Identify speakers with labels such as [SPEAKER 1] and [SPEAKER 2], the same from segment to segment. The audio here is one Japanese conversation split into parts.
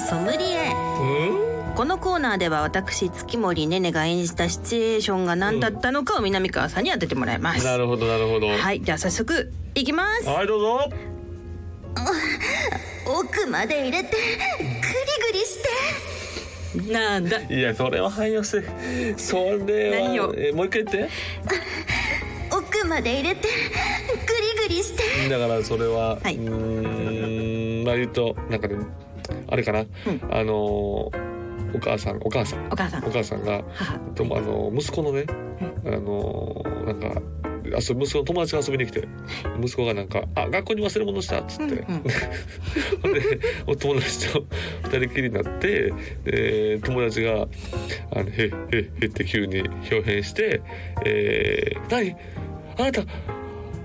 [SPEAKER 1] ソムリエこのコーナーでは私月森ねねが演じたシチュエーションが何だったのかを南川さんに当ててもらいます、
[SPEAKER 2] なるほどなるほど。は
[SPEAKER 1] はいじゃあ早速いきます
[SPEAKER 2] いどうぞ。
[SPEAKER 3] 奥まで入れてグリグリして
[SPEAKER 1] なんだ
[SPEAKER 2] いやそれは汎用性。それは
[SPEAKER 1] 何を
[SPEAKER 2] えもう一回言っ
[SPEAKER 3] 奥まで入れてグリグリして
[SPEAKER 2] て。だからそれは、
[SPEAKER 1] はいう
[SPEAKER 2] ーんまあ言うとなんかねあれかな、あのーお母さんお母さん
[SPEAKER 1] お母さん
[SPEAKER 2] お母さんが
[SPEAKER 1] 母
[SPEAKER 2] ともあの息子のねあのーなんか。あそう息子の友達が遊びに来て息子がなんか「あ学校に忘れ物した」っつって、 でお友達と二人きりになってで友達が「あのへっへっへ」って急に表変して「えー、何あなた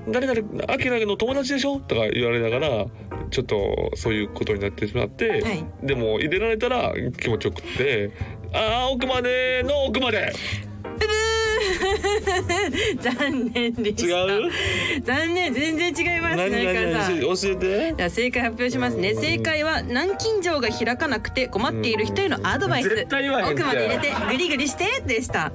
[SPEAKER 2] 誰々アキラの友達でしょ?」とか言われながらちょっとそういうことになってしまって、
[SPEAKER 1] はい
[SPEAKER 2] でも入れられたら気持ちよくって「ああ奥までの奥まで
[SPEAKER 1] ブブー残念でした
[SPEAKER 2] 違う
[SPEAKER 1] 残念全然違います
[SPEAKER 2] 何
[SPEAKER 1] ね
[SPEAKER 2] 何
[SPEAKER 1] 川さん
[SPEAKER 2] 何教えて
[SPEAKER 1] じゃあ正解発表しますね正解は南京錠が開かなくて困っている人へのアドバイス
[SPEAKER 2] 絶対言わへんって
[SPEAKER 1] 奥まで入れてグリグリしてでした」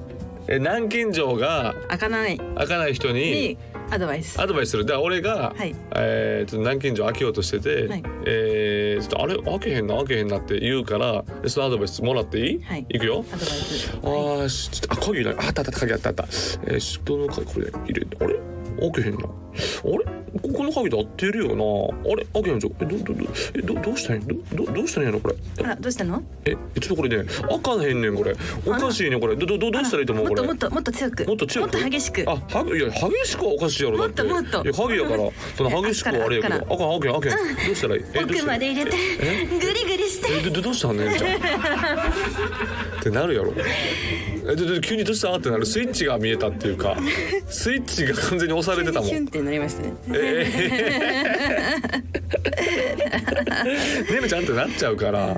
[SPEAKER 2] え南京錠が
[SPEAKER 1] 開かない
[SPEAKER 2] 開かない人に
[SPEAKER 1] にアドバイス
[SPEAKER 2] アドバイスする。で、俺が、
[SPEAKER 1] はい
[SPEAKER 2] えーちょっと南京錠開けようとしてて、
[SPEAKER 1] はい
[SPEAKER 2] えーちょっとあれ開けへんな開けへんなって言うから、でそのアドバイスもらっていい？
[SPEAKER 1] はい
[SPEAKER 2] 行くよ。
[SPEAKER 1] アドバイス
[SPEAKER 2] あーしちょっとあ鍵ないああったあった鍵あったあった。えーしどの鍵これ入れてあれ開けへんな。あれここの鍵で合ってるよな。あれ開けへんじゃん。えどどどえどどうしたんやどどどうしたんやろこれ。
[SPEAKER 1] あらどうしたの
[SPEAKER 2] えちょっとこれね開かへんねんこれ。おかしいねこれ。どどどどうしたらいいと思う
[SPEAKER 1] もっ
[SPEAKER 2] こ
[SPEAKER 1] と
[SPEAKER 2] れ。
[SPEAKER 1] もっともっと強く
[SPEAKER 2] もっと強く
[SPEAKER 1] 激しく
[SPEAKER 2] あはぐいや激しくはおかしいやろだって
[SPEAKER 1] もっともっと
[SPEAKER 2] いや鍵やからその激しくはあれやけど
[SPEAKER 1] あ
[SPEAKER 2] あ
[SPEAKER 1] っ
[SPEAKER 2] か
[SPEAKER 1] か
[SPEAKER 2] んあけんあけんどうしたらいいえどうし
[SPEAKER 3] 奥
[SPEAKER 2] たら
[SPEAKER 3] ま
[SPEAKER 2] いい
[SPEAKER 3] で入れて
[SPEAKER 2] え
[SPEAKER 3] グリグリして
[SPEAKER 2] えどどどうしたんねんじゃんってなるやろえでで急にどうしたってなるスイッチが見えたっていうかスイッチが完全に押されてたもん
[SPEAKER 1] キュンってなりましたね
[SPEAKER 2] ねるちゃんってなっちゃうから、う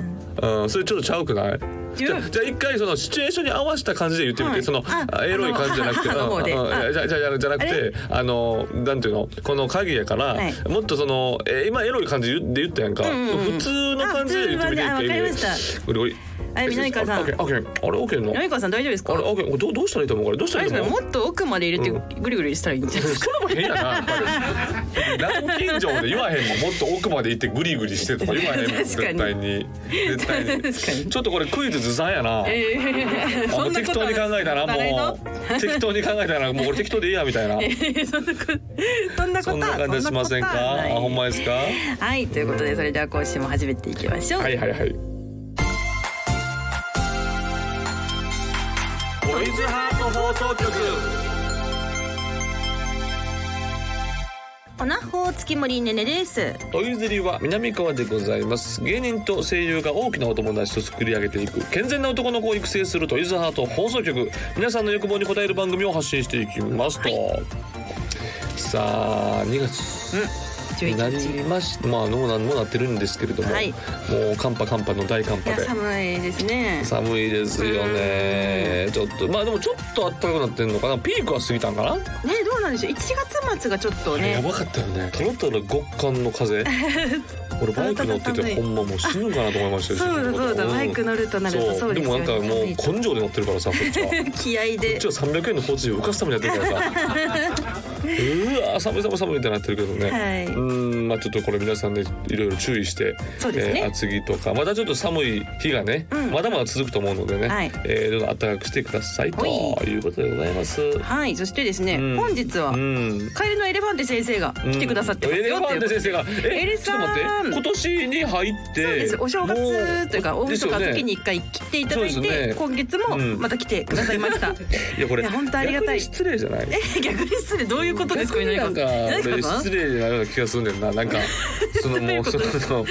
[SPEAKER 2] ん、それちょっとちゃうくないじゃあじゃあ一回そのシチュエーションに合わせた感じで言ってみて、
[SPEAKER 1] はい
[SPEAKER 2] その
[SPEAKER 1] あ
[SPEAKER 2] あエロい感じじゃなくて、
[SPEAKER 1] あ
[SPEAKER 2] う
[SPEAKER 1] の方
[SPEAKER 2] んうん
[SPEAKER 1] であ
[SPEAKER 2] じゃじゃじゃじゃなくてあのなんていうのこの鍵やから、
[SPEAKER 1] はい
[SPEAKER 2] もっとその、えー今エロい感じで言で言ったやんか、
[SPEAKER 1] んうん
[SPEAKER 2] 普通の感じで言ってみて
[SPEAKER 1] あ普通の感じあわかりました
[SPEAKER 2] これこれ
[SPEAKER 1] はい南川さん
[SPEAKER 2] あオッケーオッケーあれオッケーの
[SPEAKER 1] ナミコさん大丈夫です
[SPEAKER 2] あ
[SPEAKER 1] か
[SPEAKER 2] れオッケーこれどうどうしたらいいと思うこれどうしたら
[SPEAKER 1] 大
[SPEAKER 2] いい
[SPEAKER 1] 丈
[SPEAKER 2] と
[SPEAKER 1] 夫
[SPEAKER 2] 思う
[SPEAKER 1] もっと奥まで入れてグリグリしたらいいんじゃない ですか
[SPEAKER 2] それも変やなやっぱり。南京錠で言わへんもん。もっと奥まで行ってグリグリしてとか言わへんも ん。
[SPEAKER 1] 確かに
[SPEAKER 2] 絶対に。絶対に。
[SPEAKER 1] 確かに
[SPEAKER 2] ちょっとこれクイズずさんやな。
[SPEAKER 1] えー
[SPEAKER 2] あもう適当に考えたら
[SPEAKER 1] ない
[SPEAKER 2] も
[SPEAKER 1] の
[SPEAKER 2] う適当に考えたらもう俺適当でいいやみたいな。
[SPEAKER 1] そんなことそんなこと
[SPEAKER 2] そんな感じしません
[SPEAKER 1] そことは
[SPEAKER 2] か。あ
[SPEAKER 1] ない
[SPEAKER 2] ほんまですか。は
[SPEAKER 1] はいということでそれでは今週も始めていきましょう、
[SPEAKER 2] いはいはい。ボイズハート放送局。
[SPEAKER 1] おなほ月森ねねです
[SPEAKER 2] おゆずりは南川でございます芸人と声優が大きなお友達と作り上げていく健全な男の子を育成するトイズハート放送局皆さんの欲望に応える番組を発信していきますと、さあ2月にな
[SPEAKER 1] 11日
[SPEAKER 2] りましたまあもうなもうなってるんですけれども、
[SPEAKER 1] はい
[SPEAKER 2] もう寒波寒波の大寒
[SPEAKER 1] い
[SPEAKER 2] 波
[SPEAKER 1] や
[SPEAKER 2] で
[SPEAKER 1] 寒いですね
[SPEAKER 2] 寒いですよねちょっとまあでもちょっと暖かくなってんのかなピークは過ぎたんかな
[SPEAKER 1] ねどうなんでしょう1月末がちょっと
[SPEAKER 2] や
[SPEAKER 1] ね
[SPEAKER 2] ばかったよねトロトロ極寒の 風俺バイク乗っててほんまもう死ぬかなと思いましたよ
[SPEAKER 1] そうだそうだ
[SPEAKER 2] ん
[SPEAKER 1] バイク乗るとなると
[SPEAKER 2] そ
[SPEAKER 1] そうう
[SPEAKER 2] で
[SPEAKER 1] です
[SPEAKER 2] も
[SPEAKER 1] よ
[SPEAKER 2] なん
[SPEAKER 1] ね
[SPEAKER 2] かもう根性で乗ってるからさこっちはこ
[SPEAKER 1] 気合で
[SPEAKER 2] っちは300円の交通費を浮かすためにやってるからさうわー寒い寒い寒いってなってるけどね、
[SPEAKER 1] はいう
[SPEAKER 2] ーんまあちょっとこれ皆さんねいろいろ注意して、
[SPEAKER 1] そうですね
[SPEAKER 2] えー厚着とかまたちょっと寒い日がね、
[SPEAKER 1] うん
[SPEAKER 2] まだまだ続くと思うのでね、
[SPEAKER 1] はい
[SPEAKER 2] えーどんどん暖かくしてくださいと
[SPEAKER 1] ほ
[SPEAKER 2] いうことでございます。
[SPEAKER 1] はいそしてですね、
[SPEAKER 2] うん
[SPEAKER 1] 本日は、
[SPEAKER 2] うん
[SPEAKER 1] カエルのエレファンテ先生が来てくださってます
[SPEAKER 2] エレ
[SPEAKER 1] よ
[SPEAKER 2] ファンテ先生がえ
[SPEAKER 1] エレさん
[SPEAKER 2] ちょっと待って今年に入って
[SPEAKER 1] そうですお正月というか
[SPEAKER 2] も
[SPEAKER 1] 大晦日の
[SPEAKER 2] で
[SPEAKER 1] 時
[SPEAKER 2] すよね
[SPEAKER 1] に一回来ていただい
[SPEAKER 2] そ
[SPEAKER 1] て、
[SPEAKER 2] うですね
[SPEAKER 1] 今月も
[SPEAKER 2] うん
[SPEAKER 1] また来てくださいました、
[SPEAKER 2] いやこれ
[SPEAKER 1] いや本当ありがたい
[SPEAKER 2] 逆に失礼じゃない
[SPEAKER 1] え逆に失礼どういうことですか
[SPEAKER 2] 逆になんか
[SPEAKER 1] 南川
[SPEAKER 2] 俺
[SPEAKER 1] さん
[SPEAKER 2] 失礼なような気がするんだよな なんかそのもうその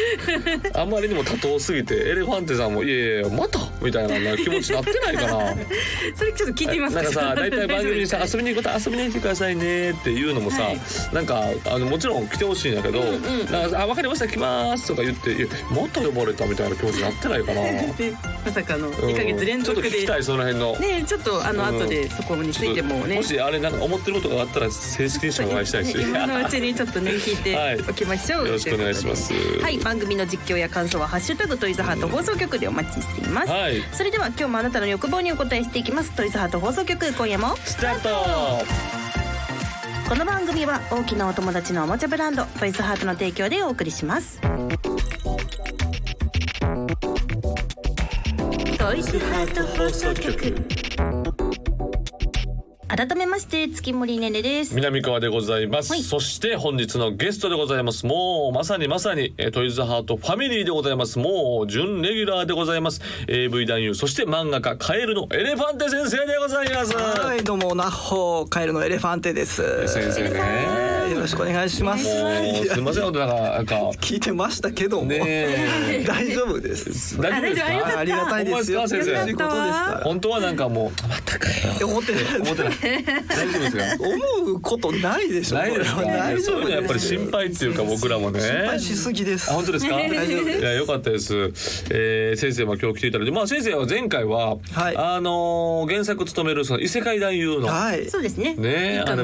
[SPEAKER 2] あまりにも多頭すぎてエレファンテさんもいやいやまたみたいなな気持ちになってないかな
[SPEAKER 1] それちょっと聞いてみます
[SPEAKER 2] なんかさ大 体番組にさ「遊びに行くこと遊びに来てくださいね」っていうのもさ、
[SPEAKER 1] はい
[SPEAKER 2] なんかあのもちろん来てほしいんだけど
[SPEAKER 1] う
[SPEAKER 2] 「
[SPEAKER 1] んうん
[SPEAKER 2] なんかあ分かりました来ます」とか言っていや「また呼ばれた」みたいな気持ちになってない かな。
[SPEAKER 1] でまさかの
[SPEAKER 2] うん
[SPEAKER 1] 2ヶ月連続
[SPEAKER 2] ちょっと聞
[SPEAKER 1] で
[SPEAKER 2] きたいその辺の。
[SPEAKER 1] ねちょっとあの
[SPEAKER 2] うん
[SPEAKER 1] 後でそこについてもね
[SPEAKER 2] もしあれなんか思ってることがあったら正式に紹介したいし。
[SPEAKER 1] 今のうちにちょっとね聞い
[SPEAKER 2] はい
[SPEAKER 1] ておきましょう、
[SPEAKER 2] よろしくお願いします
[SPEAKER 1] とうことではい番組の実況や感想は「ハッシュタグトイズハート放送局」でお待ちしています、
[SPEAKER 2] はい
[SPEAKER 1] それでは今日もあなたの欲望にお答えしていきますトイズハート放送局今夜も
[SPEAKER 2] スタート。
[SPEAKER 1] この番組は大きなお友達のおもちゃブランドトイズハートの提供でお送りしますトイズハート放送局改めまして月森ねねです
[SPEAKER 2] 南川でございます、
[SPEAKER 1] はい
[SPEAKER 2] そして本日のゲストでございますもうまさにまさにえートイズハートファミリーでございますもう準レギュラーでございます AV 男優そして漫画家カエルのエレファンテ先生でございます、
[SPEAKER 4] はい、どうも、ナッホー、カエルのエレファンテです。
[SPEAKER 2] 先生ね
[SPEAKER 4] よろしくお願いします。
[SPEAKER 2] もう
[SPEAKER 4] いや
[SPEAKER 2] すいません本当なんかなんか
[SPEAKER 4] 聞いてましたけども、
[SPEAKER 2] ねえ
[SPEAKER 4] 大丈夫です。
[SPEAKER 2] 大丈夫です
[SPEAKER 1] あ大丈夫よかっ
[SPEAKER 2] か
[SPEAKER 1] た
[SPEAKER 4] あありがたいですよ。
[SPEAKER 2] ほんまですか
[SPEAKER 4] 嬉しいことです
[SPEAKER 1] 先
[SPEAKER 4] から。
[SPEAKER 2] 本当はなんかもうまたかよ
[SPEAKER 4] 思ってない
[SPEAKER 2] 思ってない大丈夫ですか
[SPEAKER 4] 思うことないでしょ。
[SPEAKER 2] ないです
[SPEAKER 4] こ
[SPEAKER 2] か
[SPEAKER 4] れは大
[SPEAKER 2] そ
[SPEAKER 4] 丈
[SPEAKER 2] ういう
[SPEAKER 4] 夫
[SPEAKER 2] のやっぱり
[SPEAKER 4] ですよ
[SPEAKER 2] 心配っていうか僕らもね
[SPEAKER 4] 心配しすぎです。
[SPEAKER 2] あ本当ですか。
[SPEAKER 4] 大丈夫です
[SPEAKER 2] いや良かったです。えー、先生も今日来ていただいて、まあ先生は前回は、
[SPEAKER 4] はい
[SPEAKER 2] あのー原作務めるその異世界男優の。
[SPEAKER 4] はい。
[SPEAKER 1] そうですね
[SPEAKER 2] ね
[SPEAKER 1] 一
[SPEAKER 2] あ
[SPEAKER 1] 巻
[SPEAKER 2] れ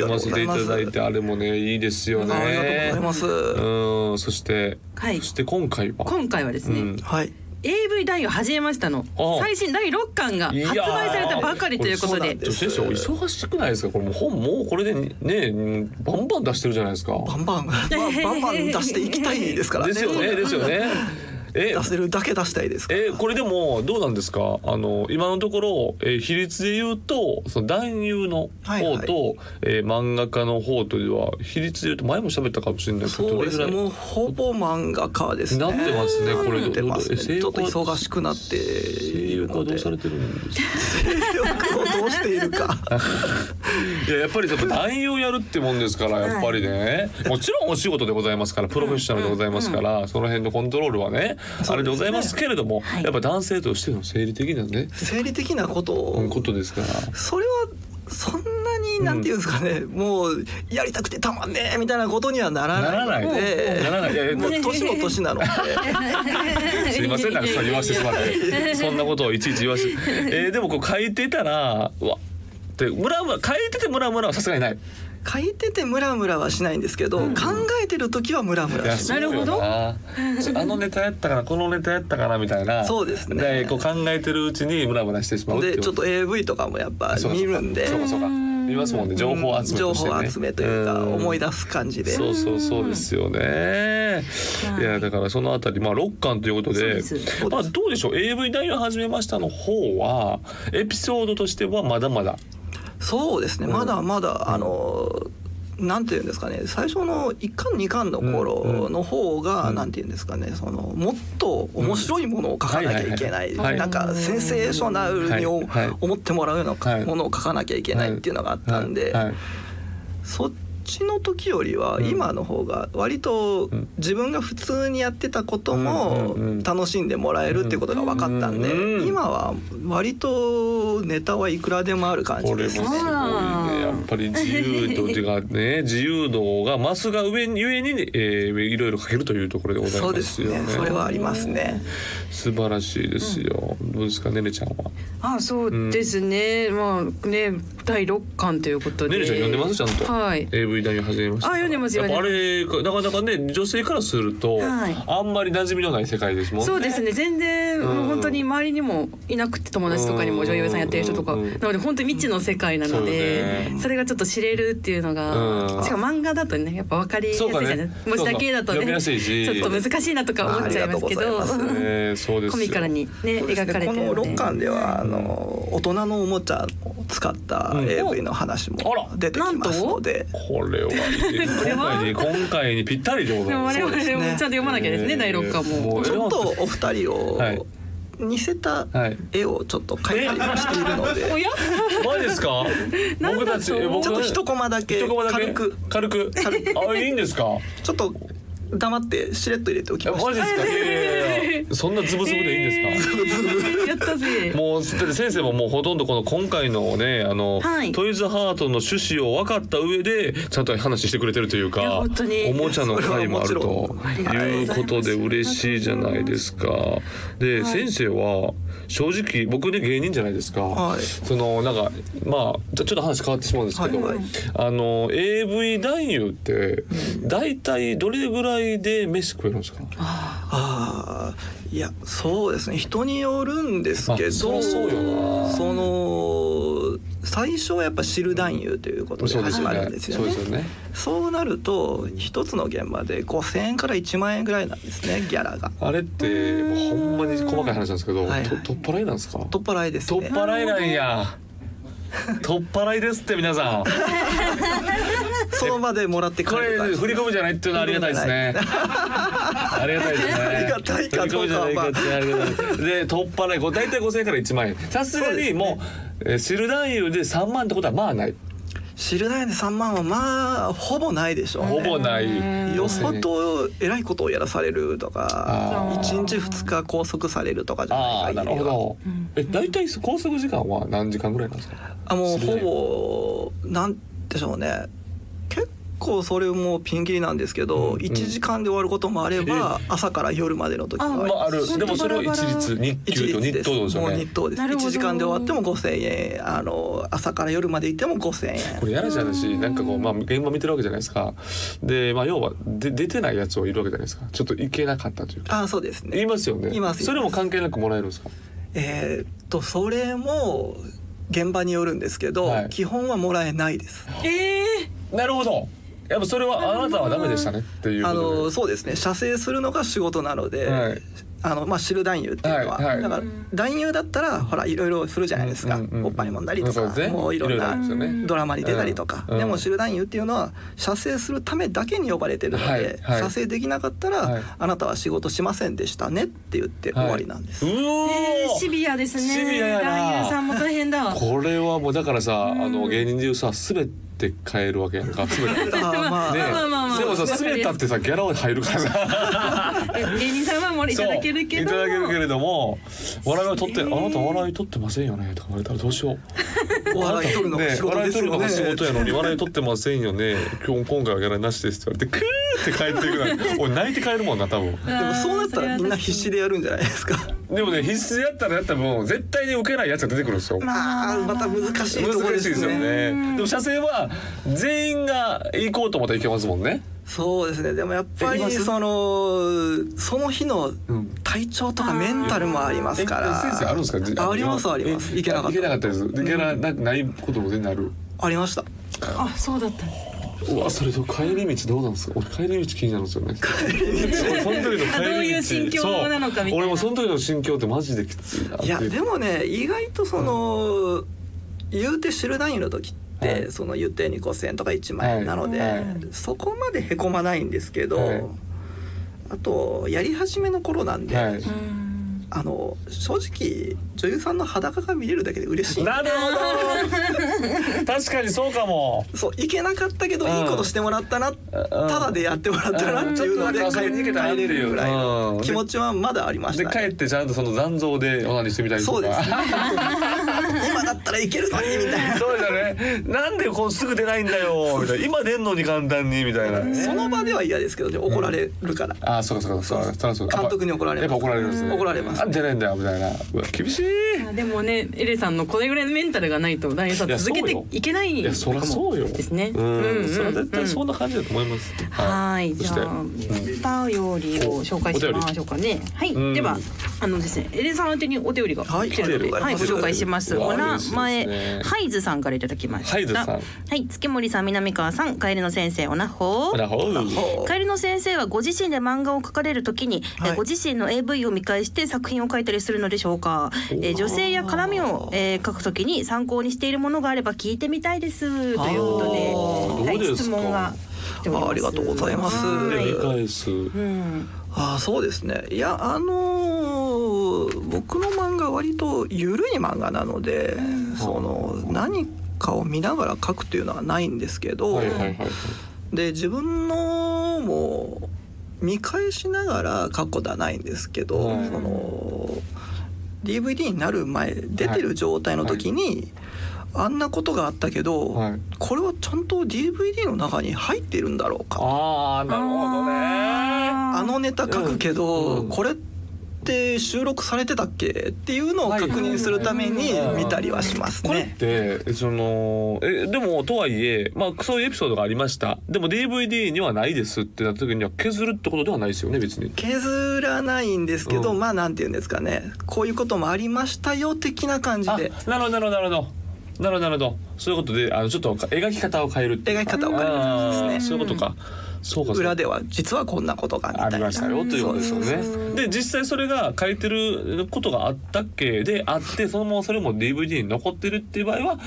[SPEAKER 1] の発
[SPEAKER 2] も
[SPEAKER 1] 売され
[SPEAKER 2] 読
[SPEAKER 4] ありがとう
[SPEAKER 2] ま
[SPEAKER 4] ご
[SPEAKER 2] せ
[SPEAKER 4] ざ
[SPEAKER 2] ていただ
[SPEAKER 4] います
[SPEAKER 2] いてあれもねいいですよね。
[SPEAKER 4] ありがとうございます。
[SPEAKER 2] うんそして、
[SPEAKER 1] はい
[SPEAKER 2] そして今回は。
[SPEAKER 1] 今回はですね、
[SPEAKER 2] うん
[SPEAKER 4] はい。
[SPEAKER 1] AV 男優始めましたの
[SPEAKER 2] あ
[SPEAKER 1] 最新第6巻が
[SPEAKER 2] いや
[SPEAKER 1] 発
[SPEAKER 2] ー
[SPEAKER 1] 売されたばかりということ
[SPEAKER 4] そうな
[SPEAKER 1] で
[SPEAKER 4] ん
[SPEAKER 2] ちょ先生お忙しくないですかこれもう本もうこれでねねバンバン出してるじゃないですか。
[SPEAKER 4] バンバン、まあバンバン出していきたいですからね。
[SPEAKER 2] ですよねですよね。え
[SPEAKER 4] 出せるだけ出したいですから。
[SPEAKER 2] えーこれでもどうなんですかあの今のところ、えー比率で言うとその男優の
[SPEAKER 4] はいは
[SPEAKER 2] 方
[SPEAKER 4] い
[SPEAKER 2] と、えー漫画家の方とでは比率で言うと前も喋ったかもしれないけど
[SPEAKER 4] そうですね。
[SPEAKER 2] どれぐらい
[SPEAKER 4] もうほぼ漫画家ですね。
[SPEAKER 2] なってますねこれ
[SPEAKER 4] なってますね
[SPEAKER 2] どう
[SPEAKER 4] ちょっと忙しくなって
[SPEAKER 2] 声
[SPEAKER 4] い
[SPEAKER 2] 優家は
[SPEAKER 4] るの
[SPEAKER 2] ど
[SPEAKER 4] で。
[SPEAKER 2] うされてるんですか
[SPEAKER 4] 性欲をどうしているか。
[SPEAKER 2] いややっぱりやっぱ男優やるってもんですからやっぱりね、もちろんお仕事でございますからプロフェッショナルでございますから、その辺のコントロールはねあれでございますけれども、
[SPEAKER 1] はい
[SPEAKER 2] やっぱ男性としての生理的なね、
[SPEAKER 4] 生理的なこと
[SPEAKER 2] うん、
[SPEAKER 4] を
[SPEAKER 2] こ。とですから。
[SPEAKER 4] それは。そんなになんていうんですかね、もうやりたくてたまんねえみたいなことにはならないので
[SPEAKER 2] ならないならないいやいや
[SPEAKER 4] もう年も年なので
[SPEAKER 2] すいませんなんかそう言わせてしまっ てそんなことをいちいち言わせて、 えー、でもこう書いてたらうわでムラムラ書いててムラムラはさすがにない
[SPEAKER 4] 書いててムラムラはしないんですけど、考えてる時はムラム
[SPEAKER 2] いや
[SPEAKER 4] ラし
[SPEAKER 2] そうよ
[SPEAKER 1] なるほど
[SPEAKER 2] そうあのネタやったかなこのネタやったかなみたいな
[SPEAKER 4] そうですね
[SPEAKER 2] こう考えてるうちにムラムラしてしまう
[SPEAKER 4] て
[SPEAKER 2] ていう
[SPEAKER 4] でちょっと AV とかもやっぱ
[SPEAKER 2] そうか
[SPEAKER 4] 見るんで
[SPEAKER 2] そうかそうか見ますもんね情報集め
[SPEAKER 4] 情
[SPEAKER 2] としてね、
[SPEAKER 4] 報集めというか
[SPEAKER 2] ん
[SPEAKER 4] 思い出す感じで
[SPEAKER 2] そうそうそうですよね。
[SPEAKER 1] うん
[SPEAKER 2] いやだからそのあたりまあ六巻ということで
[SPEAKER 1] そうです
[SPEAKER 2] まあどうでしょう AV 男優始めましたの方はエピソードとしてはまだまだ
[SPEAKER 4] そうですね、まだまだあのなんていうんですかね最初の1巻2巻の頃の方が、なんていうんですかねそのもっと面白いものを書かなきゃいけない、
[SPEAKER 2] うんはいはいはいはい
[SPEAKER 4] なんかセンセーショナルにお、
[SPEAKER 2] はいはい
[SPEAKER 4] 思ってもらうようなか
[SPEAKER 2] はい
[SPEAKER 4] ものを書かなきゃいけないっていうのがあったんで、
[SPEAKER 2] はいはい
[SPEAKER 4] そっちの時よりは
[SPEAKER 2] ん
[SPEAKER 4] 今の方が割と
[SPEAKER 2] ん
[SPEAKER 4] 自分が普通にやってたことも
[SPEAKER 2] うんうんうん
[SPEAKER 4] 楽しんでもらえるっていうことが分かったんで、
[SPEAKER 2] うん
[SPEAKER 4] 今は割とネタはいくらでもある感じ
[SPEAKER 2] これ
[SPEAKER 4] で
[SPEAKER 2] もす
[SPEAKER 4] す
[SPEAKER 2] ご
[SPEAKER 4] ね
[SPEAKER 2] いねやっぱり自由度っていうかね自由度がマスが上にゆえに、えー、いろいろ書けるというところでござい
[SPEAKER 4] そう
[SPEAKER 2] ま
[SPEAKER 4] ですす
[SPEAKER 2] よね
[SPEAKER 4] ね。それはありますね。
[SPEAKER 2] 素晴らしいですよ、どうですかねねちゃんは
[SPEAKER 1] あそうですね、まあね第6巻ということで
[SPEAKER 2] ねねちゃん読んでますちゃんと、
[SPEAKER 1] はい
[SPEAKER 2] AV 男優始めました
[SPEAKER 1] あ読んでます
[SPEAKER 2] やっぱあ
[SPEAKER 1] 読
[SPEAKER 2] れなかなかね女性からすると、
[SPEAKER 1] はい
[SPEAKER 2] あんまり馴染みのない世界ですもんね
[SPEAKER 1] そうですね全然
[SPEAKER 2] うん
[SPEAKER 1] もう本当に周りにもいなくて友達とかにも女優さんやってる人とか
[SPEAKER 2] う
[SPEAKER 1] なんので本当に未知の世界なの
[SPEAKER 2] そう
[SPEAKER 1] で
[SPEAKER 2] ね
[SPEAKER 1] それがちょっと知れるっていうの
[SPEAKER 2] うん
[SPEAKER 1] がしかも漫画だとねやっぱ分かりやすいじゃない
[SPEAKER 2] そうかね
[SPEAKER 1] 文字だけだと
[SPEAKER 2] そうか読み
[SPEAKER 1] ね
[SPEAKER 2] やすいし
[SPEAKER 1] ちょっと難しいなとか思っちゃいますけ
[SPEAKER 4] あり
[SPEAKER 1] ど
[SPEAKER 4] がとうございます
[SPEAKER 2] えーそうですよ
[SPEAKER 1] コミカルにね
[SPEAKER 4] そうです
[SPEAKER 1] 描
[SPEAKER 4] ね
[SPEAKER 1] かれて
[SPEAKER 4] こ
[SPEAKER 1] る
[SPEAKER 4] の
[SPEAKER 1] ので
[SPEAKER 4] 6巻ではあの大人のおもちゃを使った
[SPEAKER 2] うん
[SPEAKER 4] AV の話も
[SPEAKER 2] あら
[SPEAKER 4] 出てきますので、
[SPEAKER 2] これは 今
[SPEAKER 1] は
[SPEAKER 2] 回に今回にぴったりでござ
[SPEAKER 1] で
[SPEAKER 2] い
[SPEAKER 1] も
[SPEAKER 2] ま
[SPEAKER 1] 我
[SPEAKER 2] す
[SPEAKER 1] 々もちゃんと読まなきゃですね、
[SPEAKER 2] えー
[SPEAKER 1] 第6巻も。
[SPEAKER 2] もう
[SPEAKER 4] ちょっとお二人
[SPEAKER 2] はい
[SPEAKER 4] を似せた
[SPEAKER 2] はい
[SPEAKER 4] 絵をちょっと描いたりもしているの
[SPEAKER 1] お
[SPEAKER 4] で、
[SPEAKER 1] や
[SPEAKER 2] マジですか
[SPEAKER 1] なんだ
[SPEAKER 2] 僕たち
[SPEAKER 1] そう
[SPEAKER 2] え僕
[SPEAKER 4] ちょっと一コマだけ
[SPEAKER 2] 一コマだけ
[SPEAKER 4] 軽く
[SPEAKER 2] 軽くあいいんですか
[SPEAKER 4] ちょっと黙ってしれっと入れておき
[SPEAKER 2] え
[SPEAKER 4] ま し
[SPEAKER 2] マジですかいやいやいやそんなズブズブでいいんですか、
[SPEAKER 1] やったぜ
[SPEAKER 2] もうだって先生ももうほとんどこの今回のねあの、
[SPEAKER 1] はい
[SPEAKER 2] トイズハートの趣旨を分かった上でちゃんと話してくれてるという
[SPEAKER 1] いや
[SPEAKER 2] か
[SPEAKER 1] 本当に
[SPEAKER 2] おもちゃの回もある
[SPEAKER 4] それは
[SPEAKER 2] と
[SPEAKER 4] もちろん
[SPEAKER 2] いうことで嬉しいじゃないですか。で、先生は正直僕ね芸人じゃないですか。
[SPEAKER 4] はい
[SPEAKER 2] そのなんかまあちょちょっと話変わってしまうんですけど、
[SPEAKER 4] はい
[SPEAKER 2] あの AV 男優って大体どれぐらいで飯食えるんですか、
[SPEAKER 4] ああいやそうですね人によるんですけ
[SPEAKER 2] あ
[SPEAKER 4] ど
[SPEAKER 2] そりゃそうよな
[SPEAKER 4] その最初はやっぱ汁男優ということで始まるんですよ
[SPEAKER 2] そう
[SPEAKER 4] ね
[SPEAKER 2] ですよね。
[SPEAKER 4] そうなると一つの現場で5,000円から1万円ぐらいなんですねギャラが
[SPEAKER 2] あれってもうほんまに細かい話なんですけど、
[SPEAKER 4] はいはい
[SPEAKER 2] と取っ払いなんですか？
[SPEAKER 4] 取っ払いです
[SPEAKER 2] 取
[SPEAKER 4] ね
[SPEAKER 2] っ払いなん や。取っ払いですって皆さん。
[SPEAKER 4] その場でもらって
[SPEAKER 2] こ
[SPEAKER 4] 帰
[SPEAKER 2] れ
[SPEAKER 4] る
[SPEAKER 2] 振り込むじゃないっていうのはありがたいです ね。ありがたいですね。
[SPEAKER 4] ありがたいかどうかはまあ
[SPEAKER 2] 振り込むじゃないかってありがたいで取っ払いこう大体5000円から1万円。さすがにもうえー汁男優で3万ってことはまあない。
[SPEAKER 4] 汁男優で3万はまあほぼないでしょうね
[SPEAKER 2] ほぼない。
[SPEAKER 4] よほどえらいことをやらされるとか
[SPEAKER 2] あー
[SPEAKER 4] 1日2日拘束されるとかじゃ
[SPEAKER 2] あ
[SPEAKER 4] な
[SPEAKER 2] あ
[SPEAKER 4] い
[SPEAKER 2] な
[SPEAKER 4] 限
[SPEAKER 2] るほ
[SPEAKER 4] りは
[SPEAKER 2] ど。え大体拘束時間は何時間ぐらいなんですか？
[SPEAKER 4] あもう
[SPEAKER 2] 汁男優
[SPEAKER 4] ほぼなんでしょうね結構それもピンキリなんですけど、
[SPEAKER 2] うん
[SPEAKER 4] 1時間で終わることもあれば朝から夜までの時もあり
[SPEAKER 2] まあ
[SPEAKER 4] ま
[SPEAKER 2] あ
[SPEAKER 4] す
[SPEAKER 2] る。でもそれは一律日
[SPEAKER 4] 一
[SPEAKER 2] 給と
[SPEAKER 4] 律
[SPEAKER 2] 日
[SPEAKER 4] です
[SPEAKER 2] 当です
[SPEAKER 4] も
[SPEAKER 2] よ
[SPEAKER 4] う
[SPEAKER 2] ね
[SPEAKER 4] 日。当です
[SPEAKER 1] なるほど
[SPEAKER 4] 1時間で終わっても5,000円あの朝から夜までいても5,000円
[SPEAKER 2] これやらしい話なんかこう、まあ、現場見てるわけじゃないですかで、まあ、要はで出てないやつをいるわけじゃないですかちょっといけなかったというか
[SPEAKER 4] あそうですね
[SPEAKER 2] いますよね
[SPEAKER 4] います
[SPEAKER 2] それも関係なくもらえるんですか
[SPEAKER 4] えーっとそれも現場によるんですけど、
[SPEAKER 2] はい
[SPEAKER 4] 基本はもらえないです
[SPEAKER 1] ええ
[SPEAKER 2] なるほどやっぱそれはあなたはダメでしたねっていう
[SPEAKER 4] あ
[SPEAKER 2] こと
[SPEAKER 4] の
[SPEAKER 2] で
[SPEAKER 4] そうですね射精するのが仕事なので、
[SPEAKER 2] はい
[SPEAKER 4] あのまあ、知る男優っていうのは、
[SPEAKER 2] はいはい
[SPEAKER 4] だから男優だったらほらいろいろするじゃないですか、
[SPEAKER 2] うんうんうんうん
[SPEAKER 4] おっぱいもんだりと
[SPEAKER 2] そう
[SPEAKER 4] か、
[SPEAKER 2] ですね
[SPEAKER 4] もういろん
[SPEAKER 2] いろいろあるんですよね
[SPEAKER 4] なドラマに出たりとか、
[SPEAKER 2] うん
[SPEAKER 4] でも知る男優っていうのは射精するためだけに呼ばれてるので、
[SPEAKER 2] はいはい
[SPEAKER 4] 射精できなかったら、
[SPEAKER 2] はい
[SPEAKER 4] あなたは仕事しませんでしたねって言って終わりなんです。
[SPEAKER 2] うおー
[SPEAKER 1] シビアですね
[SPEAKER 2] シビアやな
[SPEAKER 1] 男優さんも大変だわ
[SPEAKER 2] これはもうだからさあの芸人でいうさ滑って変えるわけやんか滑 って。ね
[SPEAKER 4] あー まあ
[SPEAKER 2] で
[SPEAKER 1] まあまあまあ
[SPEAKER 2] もさ滑ったってさギャラは入るからさ
[SPEAKER 1] え芸人さんはもういただけるけど
[SPEAKER 2] そういただけるけれども笑いは取ってあなた笑い取ってませんよねとか言われたらどうしよう
[SPEAKER 4] お笑い取るのが仕事
[SPEAKER 2] 笑
[SPEAKER 4] で
[SPEAKER 2] い
[SPEAKER 4] す
[SPEAKER 2] 取る
[SPEAKER 4] よ
[SPEAKER 2] の
[SPEAKER 4] ね。
[SPEAKER 2] が仕事やのに笑い取ってませんよね今日今回はギャラなしですって言われてクーって帰っていくの俺泣いて帰るもんな多分
[SPEAKER 4] でもそうなったらみんな必死でやるんじゃないですか。
[SPEAKER 2] でもね必須やったらやったらもう絶対に受けないやつが出てくるんですよ
[SPEAKER 4] まあまた難しいところ
[SPEAKER 2] 難
[SPEAKER 4] で
[SPEAKER 2] しいです
[SPEAKER 4] す
[SPEAKER 2] よ
[SPEAKER 4] ね。
[SPEAKER 2] ねでも射精は全員が行こうと思ったら行けますもんね
[SPEAKER 4] そうですねでもやっぱ
[SPEAKER 2] えいま
[SPEAKER 4] り
[SPEAKER 2] す
[SPEAKER 4] そのその日の
[SPEAKER 2] ん
[SPEAKER 4] 体調とかメンタルもありますか
[SPEAKER 2] え
[SPEAKER 4] ら、
[SPEAKER 2] 先生あるんですか
[SPEAKER 4] ありますあります
[SPEAKER 2] え
[SPEAKER 4] いけなかっ
[SPEAKER 2] いけな
[SPEAKER 4] た
[SPEAKER 2] かったですでいけななないことも全然ある
[SPEAKER 4] ありました
[SPEAKER 1] あそうだった
[SPEAKER 2] うわそれと帰り道どうなんですか俺帰り道気になるん ですよね俺その時の帰り道
[SPEAKER 1] どういう心境なのかみたいな
[SPEAKER 2] そう俺もその時の心境ってマジできついなって
[SPEAKER 4] いやでもね意外とその、言うて知る単位の時っ
[SPEAKER 2] はい
[SPEAKER 4] て、その言ってに5,000円とか1万
[SPEAKER 2] はい
[SPEAKER 4] 円なので、
[SPEAKER 2] はい
[SPEAKER 4] そこまでへこまないんですけど、
[SPEAKER 2] はい
[SPEAKER 4] あとやり始めの頃なんで、
[SPEAKER 2] はい
[SPEAKER 1] うん
[SPEAKER 4] あの正直女優さんの裸が見れるだけで嬉しいんで
[SPEAKER 2] なるほど 確かにそうかも
[SPEAKER 4] そう行けなかったけどいいことしてもらったな、ただでやってもらったなっていうので
[SPEAKER 2] うん
[SPEAKER 4] 帰りに帰れるぐらい
[SPEAKER 2] うん
[SPEAKER 4] の気持ちはまだありまし
[SPEAKER 2] で
[SPEAKER 4] た
[SPEAKER 2] 帰
[SPEAKER 4] ね。
[SPEAKER 2] ってちゃんとその残像でオナニーしてみたりとか
[SPEAKER 4] そうです ね。今だったらいけるのにみたいな。
[SPEAKER 2] そうだよねなんでこうすぐ出ないんだよみたいな今出んのに簡単にみたいな
[SPEAKER 4] その場では嫌ですけどね怒られるから。
[SPEAKER 2] あーそうかそうかそうかそうかそうか
[SPEAKER 4] 監督に怒られます
[SPEAKER 2] やっぱ怒られるんですね
[SPEAKER 4] 怒られます
[SPEAKER 2] なんで出ないんだよみたいなうわ厳しい
[SPEAKER 1] あでもねエレさんのこれぐらいのメンタルがないと男優さん
[SPEAKER 2] いや
[SPEAKER 1] 続けていけない
[SPEAKER 2] いやそりゃそうよ
[SPEAKER 1] ですね
[SPEAKER 2] うん
[SPEAKER 1] うんうん
[SPEAKER 2] それは絶対そんな感じだと思います
[SPEAKER 1] はい、
[SPEAKER 2] そ
[SPEAKER 1] じゃ
[SPEAKER 2] して
[SPEAKER 1] あ、お便りを紹介しましょうかね。はい、
[SPEAKER 2] うん
[SPEAKER 1] では、あのですね、エレさん宛てにお便りが来てるので、
[SPEAKER 4] はい
[SPEAKER 1] はい、ご
[SPEAKER 4] 来てる
[SPEAKER 1] 紹介します。
[SPEAKER 2] うわ
[SPEAKER 1] お名前、
[SPEAKER 2] 嬉しいですね
[SPEAKER 1] ハイズさんからいただきました。
[SPEAKER 2] ハイズさん
[SPEAKER 1] はい、月森さん、南川さん、カエルの先生、おなほ
[SPEAKER 2] なるほど
[SPEAKER 1] カエルの先生はご自身で漫画を描かれるときに、え
[SPEAKER 4] はい
[SPEAKER 1] ご自身の AV を見返して作品を描いたりするのでしょうか、え女性や絡みを、えー、描くときに参考にしているものがあれば聞いてみたいですということで
[SPEAKER 2] あー
[SPEAKER 1] はい
[SPEAKER 2] どうですか
[SPEAKER 1] 質問が来ております
[SPEAKER 4] あありがとうございます
[SPEAKER 1] は
[SPEAKER 2] で
[SPEAKER 1] い
[SPEAKER 2] 見返す
[SPEAKER 1] うん
[SPEAKER 4] ああそうですね。いやあのー僕の漫画割と緩い漫画なので、その何かを見ながら書くというのはないんですけど。
[SPEAKER 2] はいはいはい
[SPEAKER 4] で自分のも見返しながら過去ではないんですけど、
[SPEAKER 2] うん
[SPEAKER 4] その DVD になる前出てる状態の時に、あんなことがあったけど、
[SPEAKER 2] はい
[SPEAKER 4] これはちゃんと DVD の中に入ってるんだろうか
[SPEAKER 2] ああなるほどね
[SPEAKER 4] あのネタ書くけど、
[SPEAKER 2] うん
[SPEAKER 4] これって収録されてたっけっていうのを確認するために
[SPEAKER 2] はい
[SPEAKER 4] 見たりはします
[SPEAKER 2] これっ
[SPEAKER 4] ね。
[SPEAKER 2] てそのえでもとはいえ、まあ、そういうエピソードがありましたでも DVD にはないですってなった時には削るってことではないですよね別に。
[SPEAKER 4] 削らないんですけど、
[SPEAKER 2] うん
[SPEAKER 4] まあなんて言うんですかねこういうこともありましたよ的な感じ
[SPEAKER 2] あ
[SPEAKER 4] で
[SPEAKER 2] なるほどなるほどなるほどなるほどなるほどそういうことであのちょっと描き方を変えるっていうか
[SPEAKER 4] 描き方を変える感じですね
[SPEAKER 2] あーそういうことか。そうかそうか
[SPEAKER 4] 裏では実はこんなことがみ
[SPEAKER 2] あ
[SPEAKER 4] た
[SPEAKER 2] り
[SPEAKER 4] いな
[SPEAKER 2] ましたよということですよ
[SPEAKER 4] そう
[SPEAKER 2] ね
[SPEAKER 4] そうそう。
[SPEAKER 2] で実際それが書いてることがあったっけであってそのままそれも DVD に残ってるっていう場合は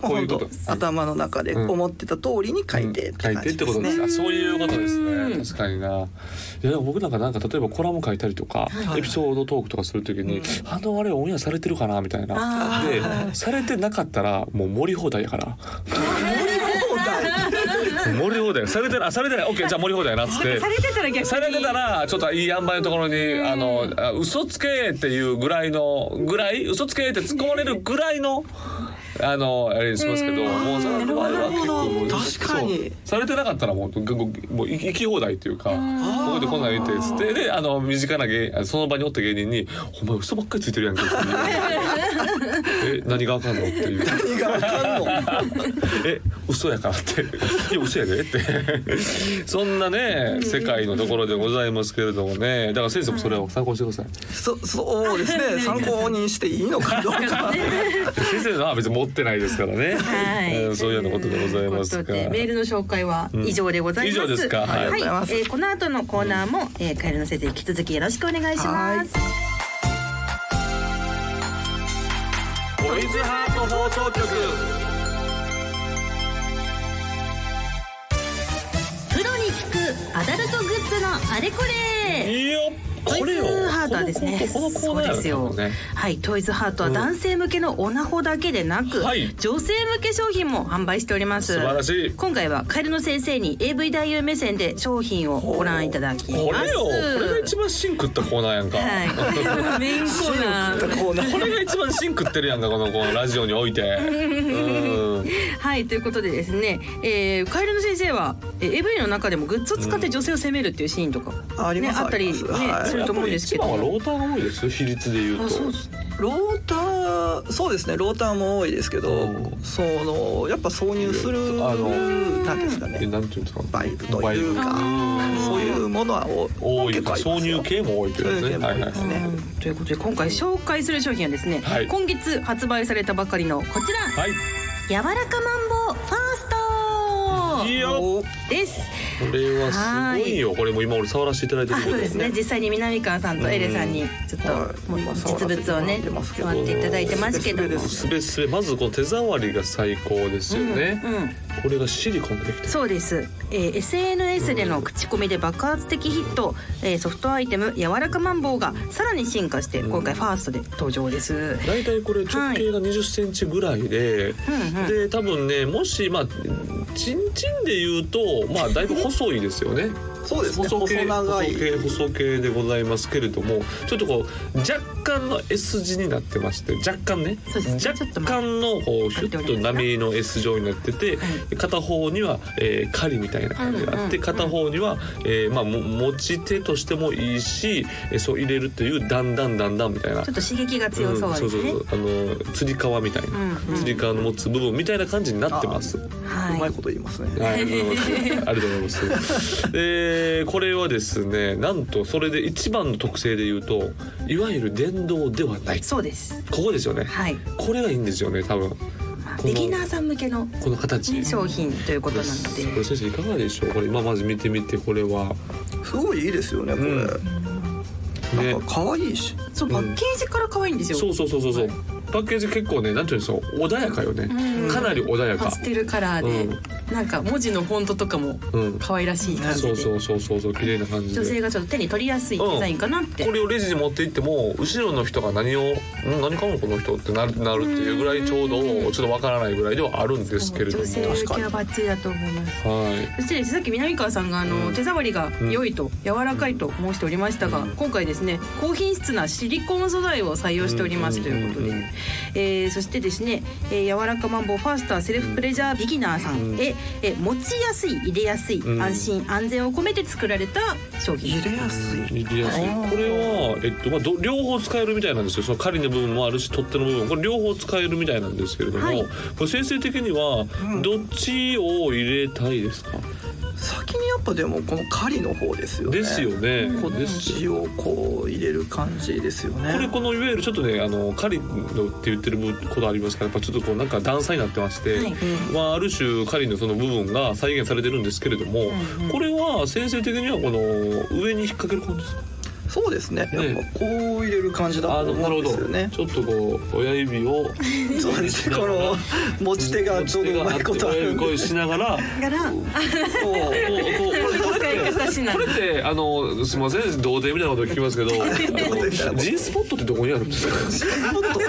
[SPEAKER 2] こういうこと
[SPEAKER 4] もう本当頭の中で思ってた通りに書いてって
[SPEAKER 2] 書い
[SPEAKER 4] 感
[SPEAKER 2] てっ
[SPEAKER 4] じ
[SPEAKER 2] て
[SPEAKER 4] で
[SPEAKER 2] こと
[SPEAKER 4] す
[SPEAKER 2] で
[SPEAKER 4] ね
[SPEAKER 2] す。か。そういうことです
[SPEAKER 1] う
[SPEAKER 2] ね。
[SPEAKER 1] ん
[SPEAKER 2] 確かにな。いやでも僕なんかなんか例えばコラム書いたりとか、
[SPEAKER 4] い
[SPEAKER 2] エピソードトークとかするときに、あのあれオンエアされてるかなみたいな。
[SPEAKER 1] あ
[SPEAKER 2] でされてなかったらもう盛り放題やから。
[SPEAKER 4] そうだ
[SPEAKER 2] 盛り放題されてないあされてないオッケーじゃあ盛り放題やなっつっ
[SPEAKER 1] ー
[SPEAKER 2] て
[SPEAKER 1] さ。れてたら逆に
[SPEAKER 2] されてたらちょっといい塩梅のところにあのあ嘘つけっていうぐらいのぐらい嘘つけって突っ込まれるぐらいのあのあれにしますけどもうその場合は結構もう
[SPEAKER 4] なるほど確かに
[SPEAKER 2] そうされてなかったらもうぐぐもう行き放題っていうかここでこんなん言ってつってであの身近な芸その場におった芸人に「お前嘘ばっかりついてるやんけ」っていうえ何があかんの?」っていう
[SPEAKER 4] 何がわか んの
[SPEAKER 2] え嘘やからっていや嘘やでって そんなね世界のところでございますけれどもねだから先生もそれを参考にしてください
[SPEAKER 4] そそうですね参考にしていいのかどう か
[SPEAKER 2] 先生のは別に持ってないですからね、
[SPEAKER 1] はい
[SPEAKER 2] うんそういうようなことでございます
[SPEAKER 1] と
[SPEAKER 2] が
[SPEAKER 1] うことでメールの紹介は以上でございます。
[SPEAKER 2] うん以上ですかはい
[SPEAKER 4] ありがとうございます
[SPEAKER 1] えーこの後のコーナーも、えー、カエルの先生引き続きよろしくお願いします。
[SPEAKER 2] トイズハート放送局
[SPEAKER 3] プロに聞くアダルトグッズのあれこれ
[SPEAKER 2] いいよこれよ
[SPEAKER 1] トイズハートはですね
[SPEAKER 2] このコーナー
[SPEAKER 1] そうですよ
[SPEAKER 2] このコーナーやね
[SPEAKER 1] はい、トイズハートは男性向けのオナホだけでなく、
[SPEAKER 2] うんはい
[SPEAKER 1] 女性向け商品も販売しております。
[SPEAKER 2] 素晴らしい
[SPEAKER 1] 今回はカエルの先生に AV 男優目線で商品をご覧いただきます。
[SPEAKER 2] これよこれが一番芯食ったコーナーやんか、
[SPEAKER 1] はい、 メインコーナー。
[SPEAKER 4] こうな
[SPEAKER 2] これが一番芯食ってるやんかこのこのラジオにおいてうん
[SPEAKER 1] はいということでですね、えー、カエルの先生は、えー、AV の中でもグッズを使って女性を責めるっていうシーンとか、
[SPEAKER 4] あり
[SPEAKER 1] ね、
[SPEAKER 4] ます
[SPEAKER 1] あったり、ね
[SPEAKER 4] ありますはい
[SPEAKER 1] すると思うんですけど
[SPEAKER 2] やっぱり一番はローターが多いですよ比率で言うと
[SPEAKER 1] あそうですね
[SPEAKER 4] ローターそうですねローターも多いですけど、
[SPEAKER 2] うん
[SPEAKER 4] そのやっぱ挿入する
[SPEAKER 2] あの
[SPEAKER 4] なんですか
[SPEAKER 2] え
[SPEAKER 4] ね
[SPEAKER 2] なんていうんですか
[SPEAKER 4] バイブというかそういうものはお
[SPEAKER 2] 多い
[SPEAKER 4] 結構ありま
[SPEAKER 2] 挿
[SPEAKER 4] すよ
[SPEAKER 2] 入系も多いということですね
[SPEAKER 4] 挿
[SPEAKER 2] はいはい
[SPEAKER 4] 入系も多いですね
[SPEAKER 1] うんということで今回紹介する商品はですね、
[SPEAKER 2] はい
[SPEAKER 1] 今月発売されたばかりのこちら
[SPEAKER 2] はい
[SPEAKER 1] 「柔らかマンボファース
[SPEAKER 2] いいよ
[SPEAKER 4] お
[SPEAKER 1] ト」です。
[SPEAKER 2] これはすごいよこれも今俺触らせていただいて
[SPEAKER 1] あ
[SPEAKER 2] るこ
[SPEAKER 1] そ
[SPEAKER 2] と
[SPEAKER 1] うですね実際に南川さんとエレさんにちょっと
[SPEAKER 4] はい
[SPEAKER 1] もう
[SPEAKER 4] 今
[SPEAKER 1] 実物をね
[SPEAKER 4] 触らせてもらってますけど
[SPEAKER 1] 触っていただいてますけども
[SPEAKER 4] すべすべです
[SPEAKER 2] すべすべまずこの手触りが最高ですよね、
[SPEAKER 1] うんうん
[SPEAKER 2] これがシリコンでできてる
[SPEAKER 1] そうです、えー SNS での口コミで爆発的ヒット、えーソフトアイテム「柔らかマンボウ」がさらに進化して今回ファーストで登場です、
[SPEAKER 2] 大体これ直径が2 0センチぐらいで、
[SPEAKER 1] うんうん
[SPEAKER 2] で多分ねもしまあチンチンで言うとまあだいぶ細いですよね。
[SPEAKER 4] そうですね
[SPEAKER 2] 細系
[SPEAKER 4] 細長い
[SPEAKER 2] 細系細系でございますけれどもちょっとこう若干の S 字になってまして若干ね
[SPEAKER 1] そうですねちょっと
[SPEAKER 2] 若
[SPEAKER 1] まあ
[SPEAKER 2] 干のこうヒュッと波の S 状になってて、片方には、えー狩りみたいな感じがあって、
[SPEAKER 1] うんうんうん
[SPEAKER 2] 片方には、えーまあ、も持ち手としてもいいしえーそう入れるというだんだんだんだんみたいな
[SPEAKER 1] ちょっと刺激が強そうですね、
[SPEAKER 2] ん、そうそうそうあの釣り革みたいな、
[SPEAKER 1] うんうん
[SPEAKER 2] 釣り革の持つ部分みたいな感じになってます。
[SPEAKER 4] うま
[SPEAKER 1] はいい
[SPEAKER 4] こと言いますね、
[SPEAKER 2] はい、ありがとうございます。ありがとうございます。えーこれはですね、なんとそれで一番の特性で言うと、いわゆる電動ではない。
[SPEAKER 1] そうです
[SPEAKER 2] ここですよね。
[SPEAKER 1] はい
[SPEAKER 2] これがいいんですよね、多分
[SPEAKER 1] まあ
[SPEAKER 2] この
[SPEAKER 1] ビギナーさん向けの
[SPEAKER 2] この形。
[SPEAKER 1] 商品ということなので、
[SPEAKER 2] これ先生いかがでしょう。これ今まず見てみてこれは
[SPEAKER 4] すごいいいですよねこれ、
[SPEAKER 2] うんね
[SPEAKER 4] なんか可愛いし
[SPEAKER 1] そうパッケージから可愛いんですよ、
[SPEAKER 2] そうそうそうそうそう。パッケージ結構ねなんていうんでしょう穏やかよね、
[SPEAKER 5] うん
[SPEAKER 2] かなり穏や
[SPEAKER 5] パ
[SPEAKER 2] か
[SPEAKER 5] ステルカラーで、なんか文字のフォントとかも
[SPEAKER 2] うん
[SPEAKER 5] 可愛らしい感じで、
[SPEAKER 2] そうそうそうそうそう綺麗な感じ
[SPEAKER 1] 女性
[SPEAKER 2] で
[SPEAKER 1] がちょっと手に取りやすいデザインかなって、
[SPEAKER 2] これをレジに持って行っても後ろの人が何をん何買うのこの人ってなるなるっていうぐらいちょうどちょっとわからないぐらいではあるんですけれども
[SPEAKER 1] 女性向けはバッチリだと思います
[SPEAKER 2] はい
[SPEAKER 1] そしてさっき南川さんがあの、
[SPEAKER 2] うん
[SPEAKER 1] 手触りが良いと柔らかいと申しておりましたが、
[SPEAKER 2] うん
[SPEAKER 1] 今回ですね高品質なシリコン素材を採用しておりますということで、
[SPEAKER 2] うんうんうん
[SPEAKER 1] えーそしてですね、えー柔らかマンボウファースターセルフプレジャービギナーさんへ、えー持ちやすい入れやすい、
[SPEAKER 2] うん
[SPEAKER 1] 安心安全を込めて作られた商品
[SPEAKER 4] 入れやすい
[SPEAKER 2] 入れやすい
[SPEAKER 4] あー
[SPEAKER 2] これは、えっとまあ、ど両方使えるみたいなんですよその狩りの部分もあるし取っ手の部分これ両方使えるみたいなんですけれども、
[SPEAKER 1] はい
[SPEAKER 2] これ先生的には
[SPEAKER 4] うん
[SPEAKER 2] どっちを入れたいですか、
[SPEAKER 4] 先にやっぱでもこの狩りの方ですよね
[SPEAKER 2] ですよね、
[SPEAKER 4] こっ
[SPEAKER 2] ですよ
[SPEAKER 4] ちをこう入れる感じですよ
[SPEAKER 2] これ
[SPEAKER 4] ね
[SPEAKER 2] このいわゆるちょっとねあの狩りのって言ってることありますからやっぱちょっとこうなんか段差になってまして、
[SPEAKER 1] はい
[SPEAKER 2] まあ、ある種狩りのその部分が再現されてるんですけれども、これは先生的にはこの上に引っ掛ける感じですか
[SPEAKER 4] そうですね
[SPEAKER 2] ね
[SPEAKER 4] やっぱこう入れる感じだ
[SPEAKER 2] あ
[SPEAKER 4] と
[SPEAKER 2] のな
[SPEAKER 4] 思う
[SPEAKER 2] る
[SPEAKER 4] んです
[SPEAKER 2] ほ
[SPEAKER 4] よ
[SPEAKER 2] ど、
[SPEAKER 4] ね
[SPEAKER 2] ちょっとこう親指 を
[SPEAKER 4] そうですねこの持ち手がちょうどうまいことあるんで
[SPEAKER 2] こういうしながら。
[SPEAKER 1] から
[SPEAKER 4] こ
[SPEAKER 2] こうこうこれこれってこれってあのすみません童貞みたいなこと聞きますけど、あの G スポットってどこにあるんですか。
[SPEAKER 4] うもっと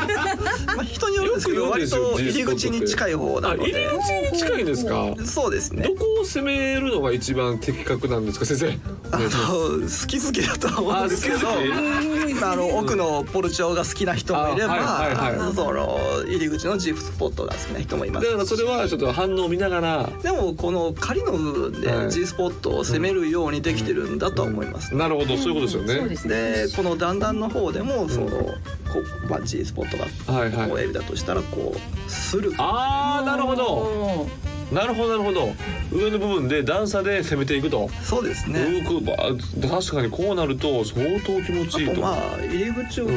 [SPEAKER 4] まあ人によるんですけど
[SPEAKER 2] よく言うんで
[SPEAKER 4] 割
[SPEAKER 2] すよ
[SPEAKER 4] と入り口に近い方な
[SPEAKER 2] あ
[SPEAKER 4] の
[SPEAKER 2] 入り
[SPEAKER 4] で
[SPEAKER 2] 口に近いですか。
[SPEAKER 4] そうですね
[SPEAKER 2] どこを攻めるのが一番的確なんですか先生。
[SPEAKER 4] あの好き好きだとは思うんですけど
[SPEAKER 2] あ好き
[SPEAKER 4] あの奥のポルチョが好きな人もいれば、
[SPEAKER 2] あはいはいはい
[SPEAKER 4] その入り口のジープスポットが好きな人もいま
[SPEAKER 2] だ
[SPEAKER 4] す
[SPEAKER 2] からそれはちょっと反応を見ながら。
[SPEAKER 4] でもこの仮の部分
[SPEAKER 2] は
[SPEAKER 4] で
[SPEAKER 2] い
[SPEAKER 4] G スポットを攻めるようにできてるんだとは思います、
[SPEAKER 2] なるほ どそういうことです
[SPEAKER 1] そ
[SPEAKER 2] よ
[SPEAKER 1] う
[SPEAKER 2] ね
[SPEAKER 1] で。すね
[SPEAKER 4] でこの段々の方でもそのこう、まあ、G スポットが
[SPEAKER 2] はいはい
[SPEAKER 4] こうエビだとしたらこうする
[SPEAKER 2] ああなるほどなるほどなるほど上の部分で段差で攻めていくと。
[SPEAKER 4] そうです
[SPEAKER 2] ね、
[SPEAKER 4] ね
[SPEAKER 2] 確かにこうなると相当気持
[SPEAKER 4] あ
[SPEAKER 2] ちいい
[SPEAKER 4] と
[SPEAKER 2] と。
[SPEAKER 4] まあ入り口をこ